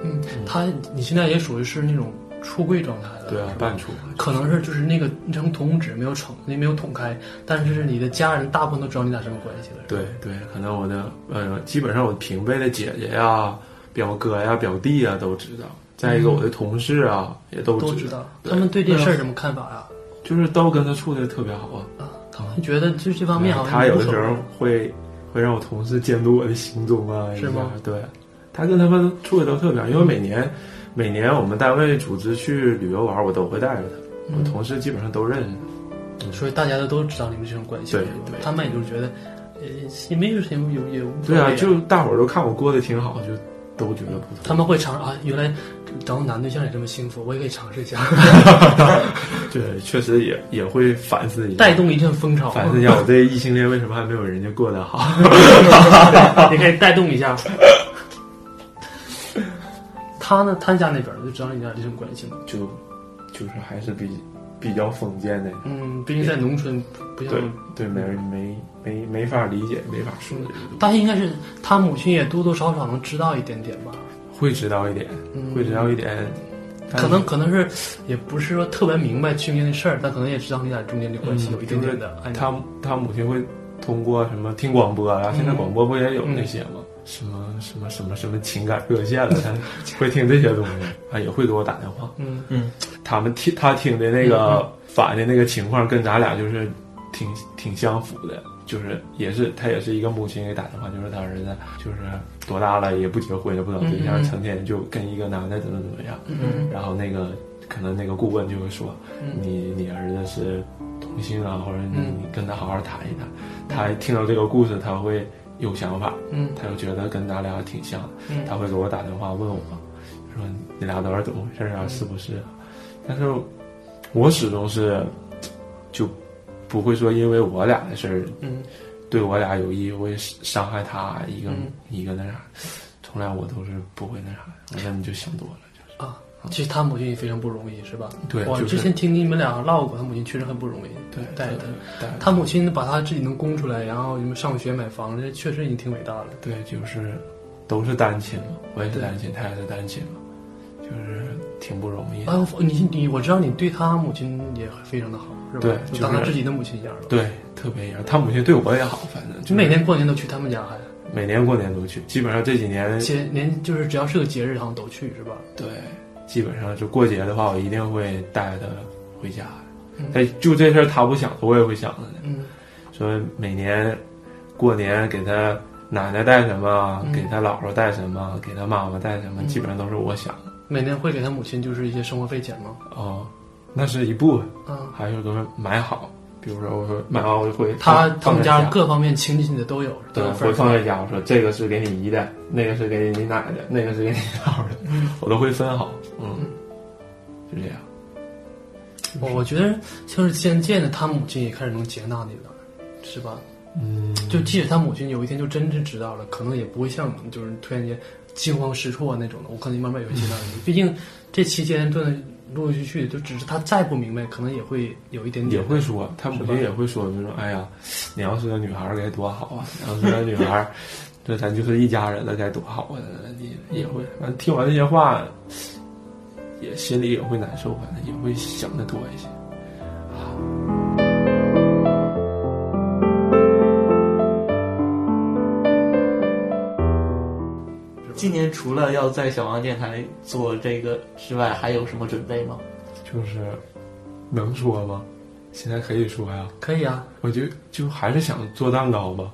嗯，他你现在也属于是那种出柜状态了，对啊是，吧半处可能是就是那个那层铜纸没有捅，那没有捅开，但是你的家人大部分都知道你俩什么关系了。是吧对对，可能我的呃，基本上我平辈的姐姐呀、表哥呀、表弟呀都知道。再一个，我的同事啊、也都都知知道道，，对他们对这啊事儿什么看法呀？就是都跟他处的特别好啊。啊，他们觉得就这方面好像哎他有无的所时谓候会会让我同事监督我的行踪啊，是吗一下？对，他跟他们处的都特别好，因为每年、每年我们单位组织去旅游玩，我都会带着他，嗯我同事基本上都认识他。所以大家都知道你们这种关系，对是吧对他们也就觉得，呃，也没有什么有也无所对谓啊，就大伙儿都看我过得挺好，就都觉得不错。他们会尝啊，原来找男对象也这么幸福，我也可以尝试一下， 对，确实也也会反思一下，带动一阵风潮，反思一下我这异性恋为什么还没有人家过得好。 也啊可以带动一下。 他呢，他家那边就知道你俩这种关系吗？就就是还是比比较封建的，嗯，毕竟在农村，不像对对，没人没没没法理解，没法说，但是应该是他母亲也多多少少能知道一点点吧，嗯会知道一点，会知道一点，但可能可能是也不是说特别明白去年的事儿，但可能也知道你俩中间这关系有一点点的嗯就暧是昧。他他母亲会通过什么听广播啊，现在广播不也有那些吗？什么什么什么什么情感热线了，他会听这些东西啊，也会给我打电话。嗯嗯，他们听他听的那个反的那个情况，跟咱俩就是挺挺相符的，就是也是他也是一个母亲给打电话，就是他儿子就是多大了也不结婚也不找对象，成天就跟一个男的怎么怎么样，嗯然后那个可能那个顾问就会说，你你儿子是同性啊，或者你、嗯你跟他好好谈一谈，他听到这个故事他会有想法，嗯他就觉得跟咱俩挺像，嗯他会给我打电话问我，说你俩到底怎么回事啊，是不是啊？但是我始终是就不会说因为我俩的事儿，嗯，对我俩有益会伤害他啊一个、嗯一个那啥，从来我都是不会那啥的，我跟你就想多了，就是啊，其实他母亲也非常不容易，是吧？对我就是之前听你们俩唠过，他母亲确实很不容易，对带对他。但他母亲把他自己能供出来，然后你们上学买房，这确实已经挺伟大了。对就是都是单亲嘛，我也是单亲，他也是单亲嘛，就是挺不容易的。哎，我你你我知道你对他母亲也非常的好，是吧？对就就是当他自己的母亲一样了。，对，特别一样。他母亲对我也好，反正就是每年过年都去他们家还，每年过年都去，基本上这几年节年就是只要是个节日好像都去，是吧？对，基本上就过节的话，我一定会带着他回家。但就这事儿他不想，我也会想的。嗯所以每年过年给他奶奶带什么，嗯给他姥姥带什么，给他妈妈带什么，基本上都是我想的。每年会给他母亲就是一些生活费钱吗？哦，那是一部分，啊，还有都是买好。比如说，我说买完我就会他放他们在家家各方面亲戚的都有，都对，有会份放儿。在家。我说这个是给你姨的，那个是给你奶的，那个是给你姥的， 我都会分好。嗯，就这样。我我觉得就是渐渐的，他母亲也开始能接纳你了，是吧？嗯，就即使他母亲有一天就真是知道了，可能也不会像我们就是突然间惊慌失措啊那种的。我可能慢慢也会接纳你，毕竟这期间断断陆陆续续，就只是他再不明白，可能也会有一点也点会说，他母亲是吧也会说，就说哎呀，你要是个女孩儿该多好啊！ 你要是个女孩儿，这咱就是一家人了，该多好啊！你也会，反正听完这些话，也心里也会难受，反正也会想的多一些。今年除了要在小王电台做这个之外，还有什么准备吗？就是能说吗？现在可以说呀，可以啊，我就就还是想做蛋糕吧。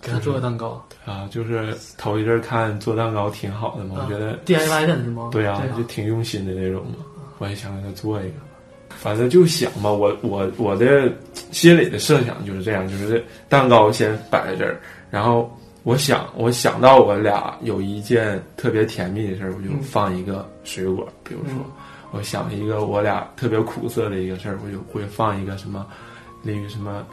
给他做个蛋糕，啊，就是头一阵儿看做蛋糕挺好的嘛，我觉得啊 DIY 的是吗？对啊，嗯就挺用心的那种嘛，我也想给他做一个。反正就想嘛，我我我的心里的设想就是这样，就是这蛋糕先摆在这儿，然后我想我想到我俩有一件特别甜蜜的事儿，我就放一个水果，比如说，我想一个我俩特别苦涩的一个事儿，我就会放一个什么，那个什么。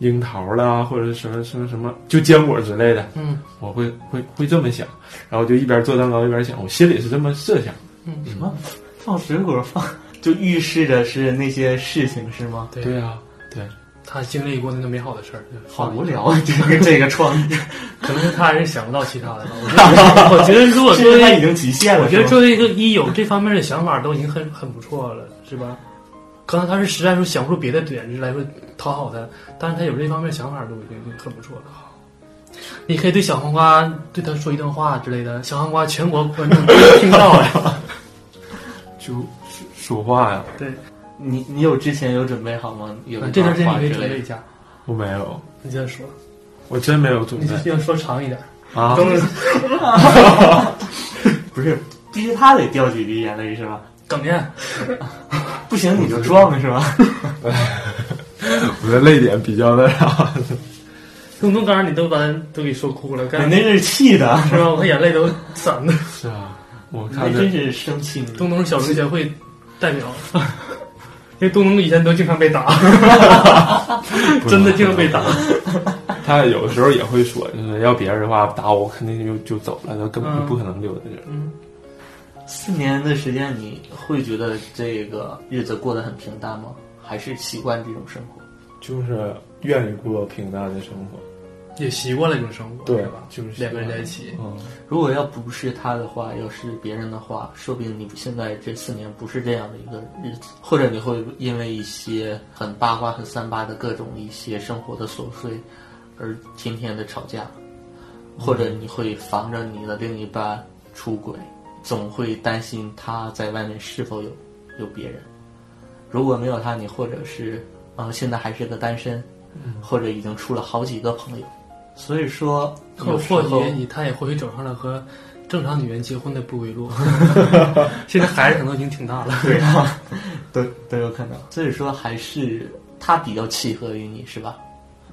樱桃啦，或者是什么什么什么，就坚果之类的，嗯，我会会会这么想，然后就一边做蛋糕一边想，我心里是这么设想的，放水果放，嗯 就预示着是那些事情是吗？对对啊，对，他经历过那个美好的事儿，好无聊 啊，这个这个创意，可能是他还是想不到其他的吧。我觉 得，我觉得如果是作不是他已为，经极限了？我觉得是吗作为一个一有这方面的想法，都已经很很不错了，是吧？可能他是实在说想不出别的点子来说讨好他，但是他有这方面想法都已经很不错了。你可以对小黄瓜对他说一段话之类的，小黄瓜全国观众都听到了。就说说话呀， 对，你你有之前有准备好吗？有这段时间你话可以之准备类一的。下，我没有，你接着说，我真没有准你备就要说长一点。啊，不是，必须他得掉几滴眼泪是吧？哽咽，不行你就撞是吧？我的泪点比较那啥，东东，刚刚你都把都给说哭了，人刚家是气 的，是吧？我眼泪都闪了。是啊，我那看着真是生气。东东是小龙协会代 表，因为东东以前都经常被打，不真的能经常被打。他有时候也会说，就是要别人的话打我，肯定就就走了，他根嗯本就不可能留在这儿。四年的时间，你会觉得这个日子过得很平淡吗？还是习惯这种生活？就是愿意过平淡的生活， 也习惯了这种生活，对吧？就是习两惯个人在一起，嗯，如果要不是他的话，要是别人的话，说不定你现在这四年不是这样的一个日子，或者你会因为一些很八卦、很三八的各种一些生活的琐碎，而天天的吵架，或者你会防着你的另一半出轨，总会担心他在外面是否有有别人。如果没有他，你或者是呃现在还是个单身，嗯或者已经处了好几个朋友，所以说或有时候或许你他也或许走上了和正常女人结婚的不归 路。现在孩子可能已经挺大了， 对啊，都都有可能。所以说，还是他比较契合于你，是吧？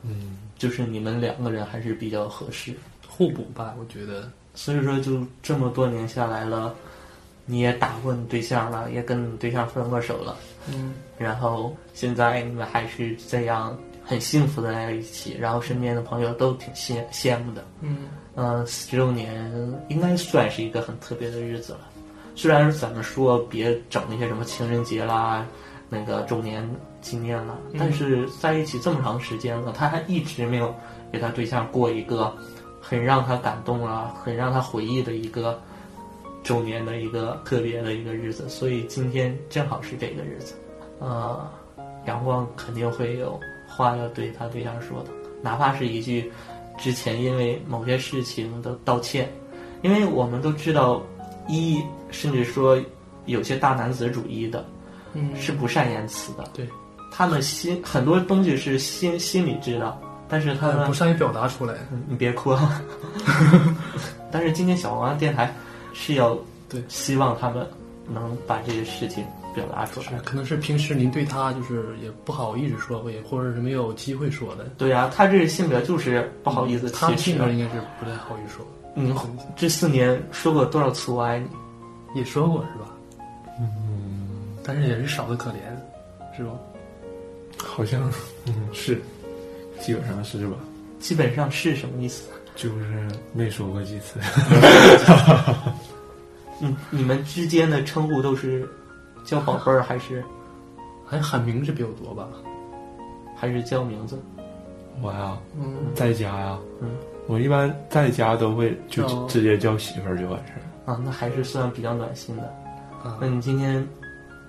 嗯，就是你们两个人还是比较合适。互补吧，我觉得。所以说，就这么多年下来了，你也打过你对象了，也跟你对象分过手了，嗯，然后现在你们还是这样很幸福的在一起，然后身边的朋友都挺羡羡慕的。嗯，嗯，十周年应该算是一个很特别的日子了。虽然咱们说别整那些什么情人节啦、那个周年纪念啦，但是在一起这么长时间了，他还一直没有给他对象过一个很让他感动啊、很让他回忆的一个周年的一个特别的一个日子，所以今天正好是这个日子。呃，阳光肯定会有话要对他对象说的，哪怕是一句之前因为某些事情的道歉，因为我们都知道，一甚至说有些大男子主义的，嗯是不善言辞的，对，他们心很多东西是心心里知道，但是他他们呃不善于表达出来，你别哭 啊！但是今天小黄电台是要对希望他们能把这些事情表达出来。可能是平时您对他就是也不好意思说，也或者是没有机会说的。嗯对呀、他这性格就是不好意思，他其实性格应该是不太好意思说，你这四年说过多少次我爱你？也说过是吧？嗯，但是也是少的可怜，是吧？好像嗯是，基本上是吧，基本上是什么意思？就是没说过几次，嗯，你们之间的称呼都是叫宝贝儿，还是还喊名字比较多吧？还是叫名字？我呀嗯，在家呀嗯，我一般在家都会就哦直接叫媳妇儿就完事儿。啊，那还是算比较暖心的。啊那，你今天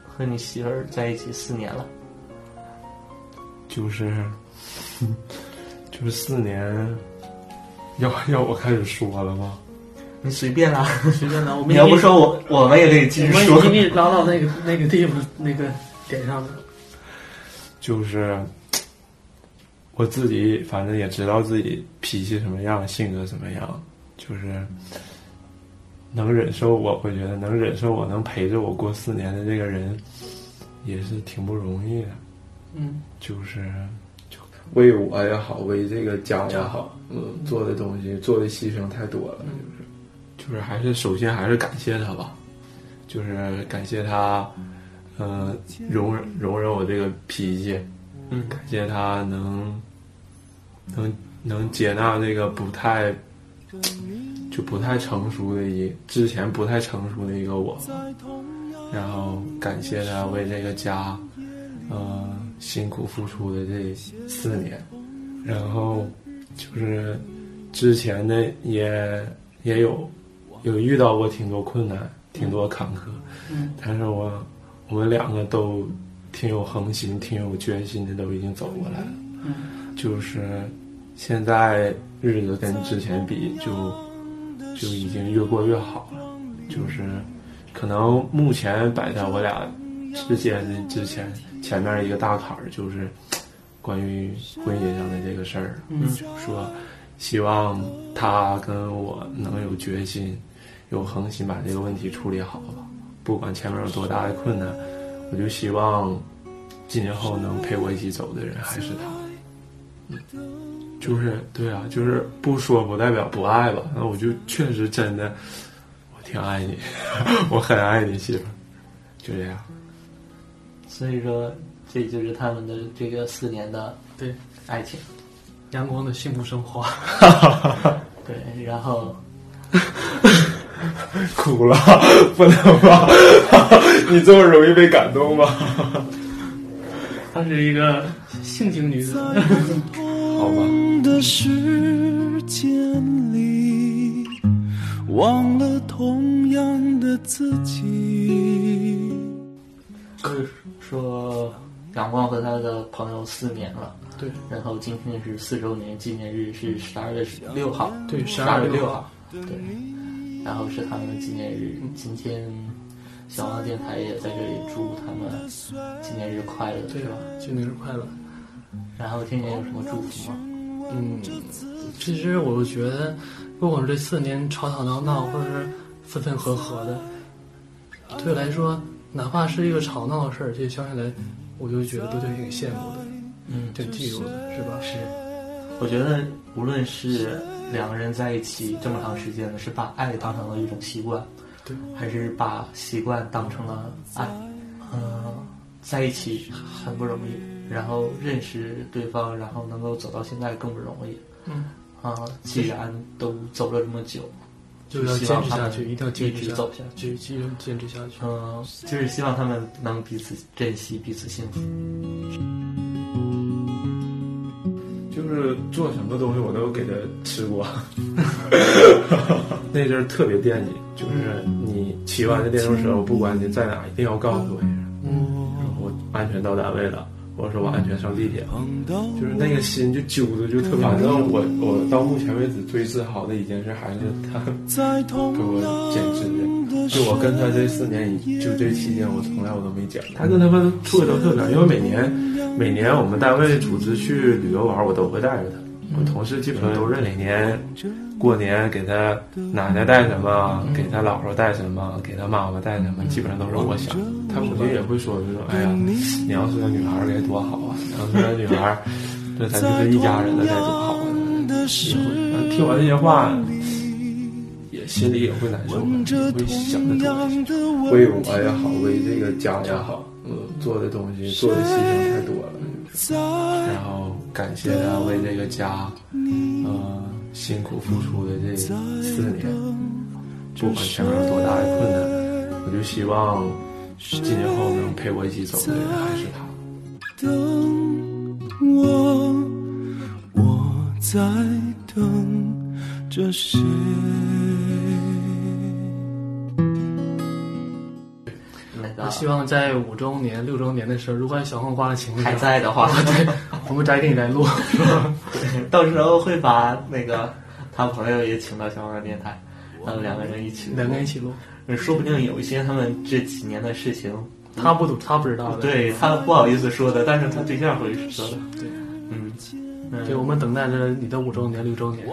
和你媳妇儿在一起四年了，就是， 就是四年，要要我开始说了吗？你随便啦、随便聊，我你要不说我，我们也得继续说 我。们已经拉到那个那个地方那个点上了。就是我自己，反正也知道自己脾气什么样，性格什么样，就是能忍受我，我觉得能忍受我，能陪着我过四年的这个人，也是挺不容易的。嗯，就是就为我也好，为这个家也好，嗯，做的东西做的牺牲太多了，就是就是还是首先还是感谢他吧，就是感谢他，呃，容忍容忍我这个脾气，嗯感谢他能能能接纳这个不太就不太成熟的一之前不太成熟的一个我，然后感谢他为这个家，呃，辛苦付出的这四年，然后就是之前的也也有有遇到过挺多困难，挺多坎坷，但是我我们两个都挺有恒心、挺有决心的，都已经走过来了。就是现在日子跟之前比就，就已经越过越好了。就是可能目前摆在我俩之间的之前前面一个大坎儿，就是关于婚姻上的这个事儿。嗯，说希望他跟我能有决心、有恒心把这个问题处理好吧。不管前面有多大的困难，我就希望今年后能陪我一起走的人还是他。嗯就是对啊，就是不说不代表不爱吧。那我就确实真的，我挺爱你， 我很爱你媳妇儿，就这样。所以说这就是他们的这个四年的对爱情。阳光的幸福生活。对，然后哭了， 不能吧？你这么容易被感动吗？她是一个性情女子，好吧。的时间里，忘了同样的自己。就是说阳光和他的朋友四年了。对，然后今天是四周年纪念日，是十二月六号，对，十十二二月月六六号，对，然后是他们的纪念日。今天小王电台也在这里祝他们纪念日快乐，对是啊吧吧？？纪念日快乐。然后天天有什么祝福吗？嗯，其实我觉得，不管是这四年吵吵闹闹，或者是分分合合的，对我来说，哪怕是一个吵闹的事儿，这想起来，我就觉得都挺羡慕的，嗯，挺嫉妒的，是吧？是，我觉得无论是两个人在一起这么长时间了，是把爱当成了一种习惯，对，还是把习惯当成了爱？嗯、在一起很不容易，然后认识对方，然后能够走到现在更不容易。嗯，啊、既然都走了这么久，就要希坚望持他下们去，一定要一坚持直下走去，下去。继继续坚持下去。嗯、就是希望他们能彼此珍惜，彼此幸福。 就是做什么东西我都给他吃 过，那阵儿特别惦记，就是你骑完这电动车，我不管你在哪，一定要告诉我一声，嗯，我安全到单位了，或者说我安全上地铁了，就是那个心就揪着，就特别。反正我我到目前为止最自豪的一件事还是他在同给我减脂的，就我跟他这四年，就这期间我从来我都没减。他跟他们处的都特别好，因为每年每年我们单位组织去旅游玩，我都会带着他。我同事基本上都认识。每年过年给他奶奶带什么，给他姥姥带什么，给他妈妈带什么，基本上都是我想。他母亲也会说，就说哎呀，你要是个女孩儿该多好啊！你要是个女孩儿，这咱就是一家人了，该多好啊！也会嗯听完这些话，也心里也会难受，也会想的多一些。为我也好，为这个家也好，嗯，做的东西做的牺牲太多了，就是然后感谢他为这个家，呃，辛苦付出的这四年，不管前面有多大的困难，我就希望今年后能陪我一起走的人还是他。等我，我在等着谁？那个我希望在五周年、六周年的时候，如果小红花的情还况下，在的 话，我们再给你来 录，是吧？到时候会把那个他朋友也请到小王电台，然后两个人一起录，两个人一起录，说不定有一些他们这几年的事情，他不懂，他不知道的。对他不好意思说的，但是他对象会说的。对，嗯，对，我们等待着你的五周年、六周年。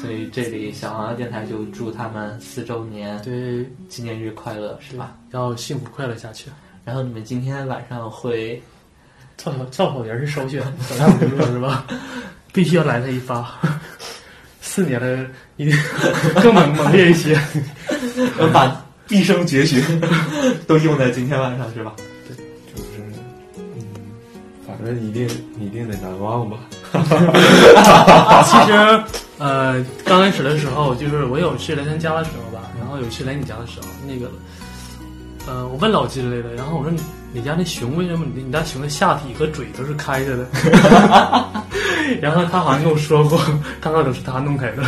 所以这里小王电台就祝他们四周年对，纪念日快乐，是吧？要幸福快乐下去。然后你们今天晚上会造口造口人是首选，小菜不热是吧？必须要来他一发。 四年了，一定 更猛猛烈一些。呃把毕生绝学都用在今天晚上是吧？就是，嗯，反正一定一定得难忘吧。其实，呃，刚开始的时候，就是我有去来他家的时候吧，然后有去来你家的时候，那个，呃，我问老金来了，然后我说你你家那熊为什么你你家熊的下体和嘴都是开着的？ 然后他好像跟我说过，刚刚都是他弄开的，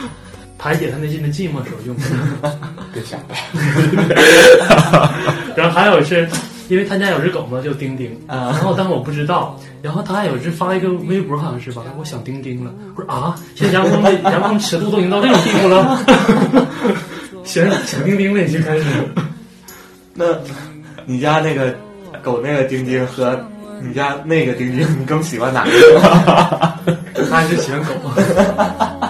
排解他内心的寂寞时候用的。别想了， 然后还有是，因为他家有只狗嘛，叫丁丁，啊然后但是我不知道，然后他还有一次发一个微博，好像是吧，我想丁丁了，我说啊，现在阳光的阳光尺度都已经到这种地步了， 想想丁丁了已经开始，那你家那个狗那个丁丁和你家那个丁丁，你更喜欢哪个？他还是喜欢狗，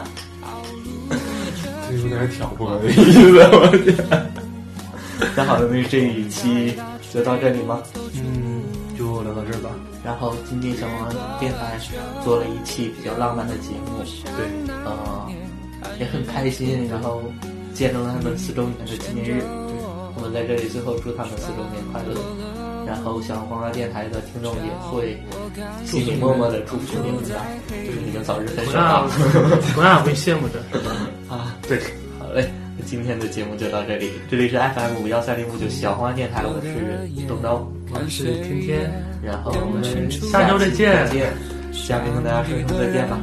这有点挑拨的意思。我觉得那好的，那这一期就到这里吗？嗯，就聊到这儿吧，然后今天小王电台做了一期比较浪漫的节目，对，呃，也很开心，然后见证了他们四周年的纪念日。我们在这里最后祝他们四周年快乐。然后，小黄瓜电台的听众也会心里默默的祝福你们吧，祝你们早日分我手那啊！我那会羡慕的， 啊，对，好嘞，那今天的节目就到这里，这里是 FM 五幺三零五九小黄瓜电台，我是东东，我是天天，然后我们下周再期见再见，下面跟大家说一声再见吧。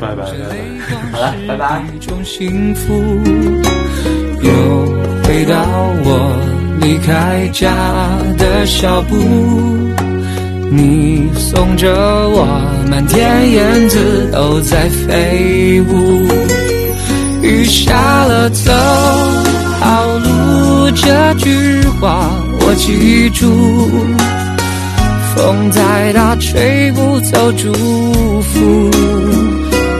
拜拜拜拜好了，拜拜。一种幸福，又回到我离开家的小步。你送着我，满天燕子都在飞舞。雨下了，走好路，这句话我记住。风再大，吹不走祝福。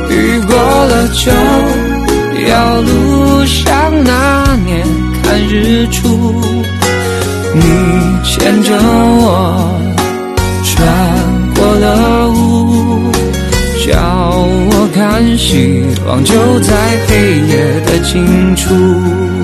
雨过了就要路上那年看日出，你牵着我穿过了雾，叫我看希望就在黑夜的尽处。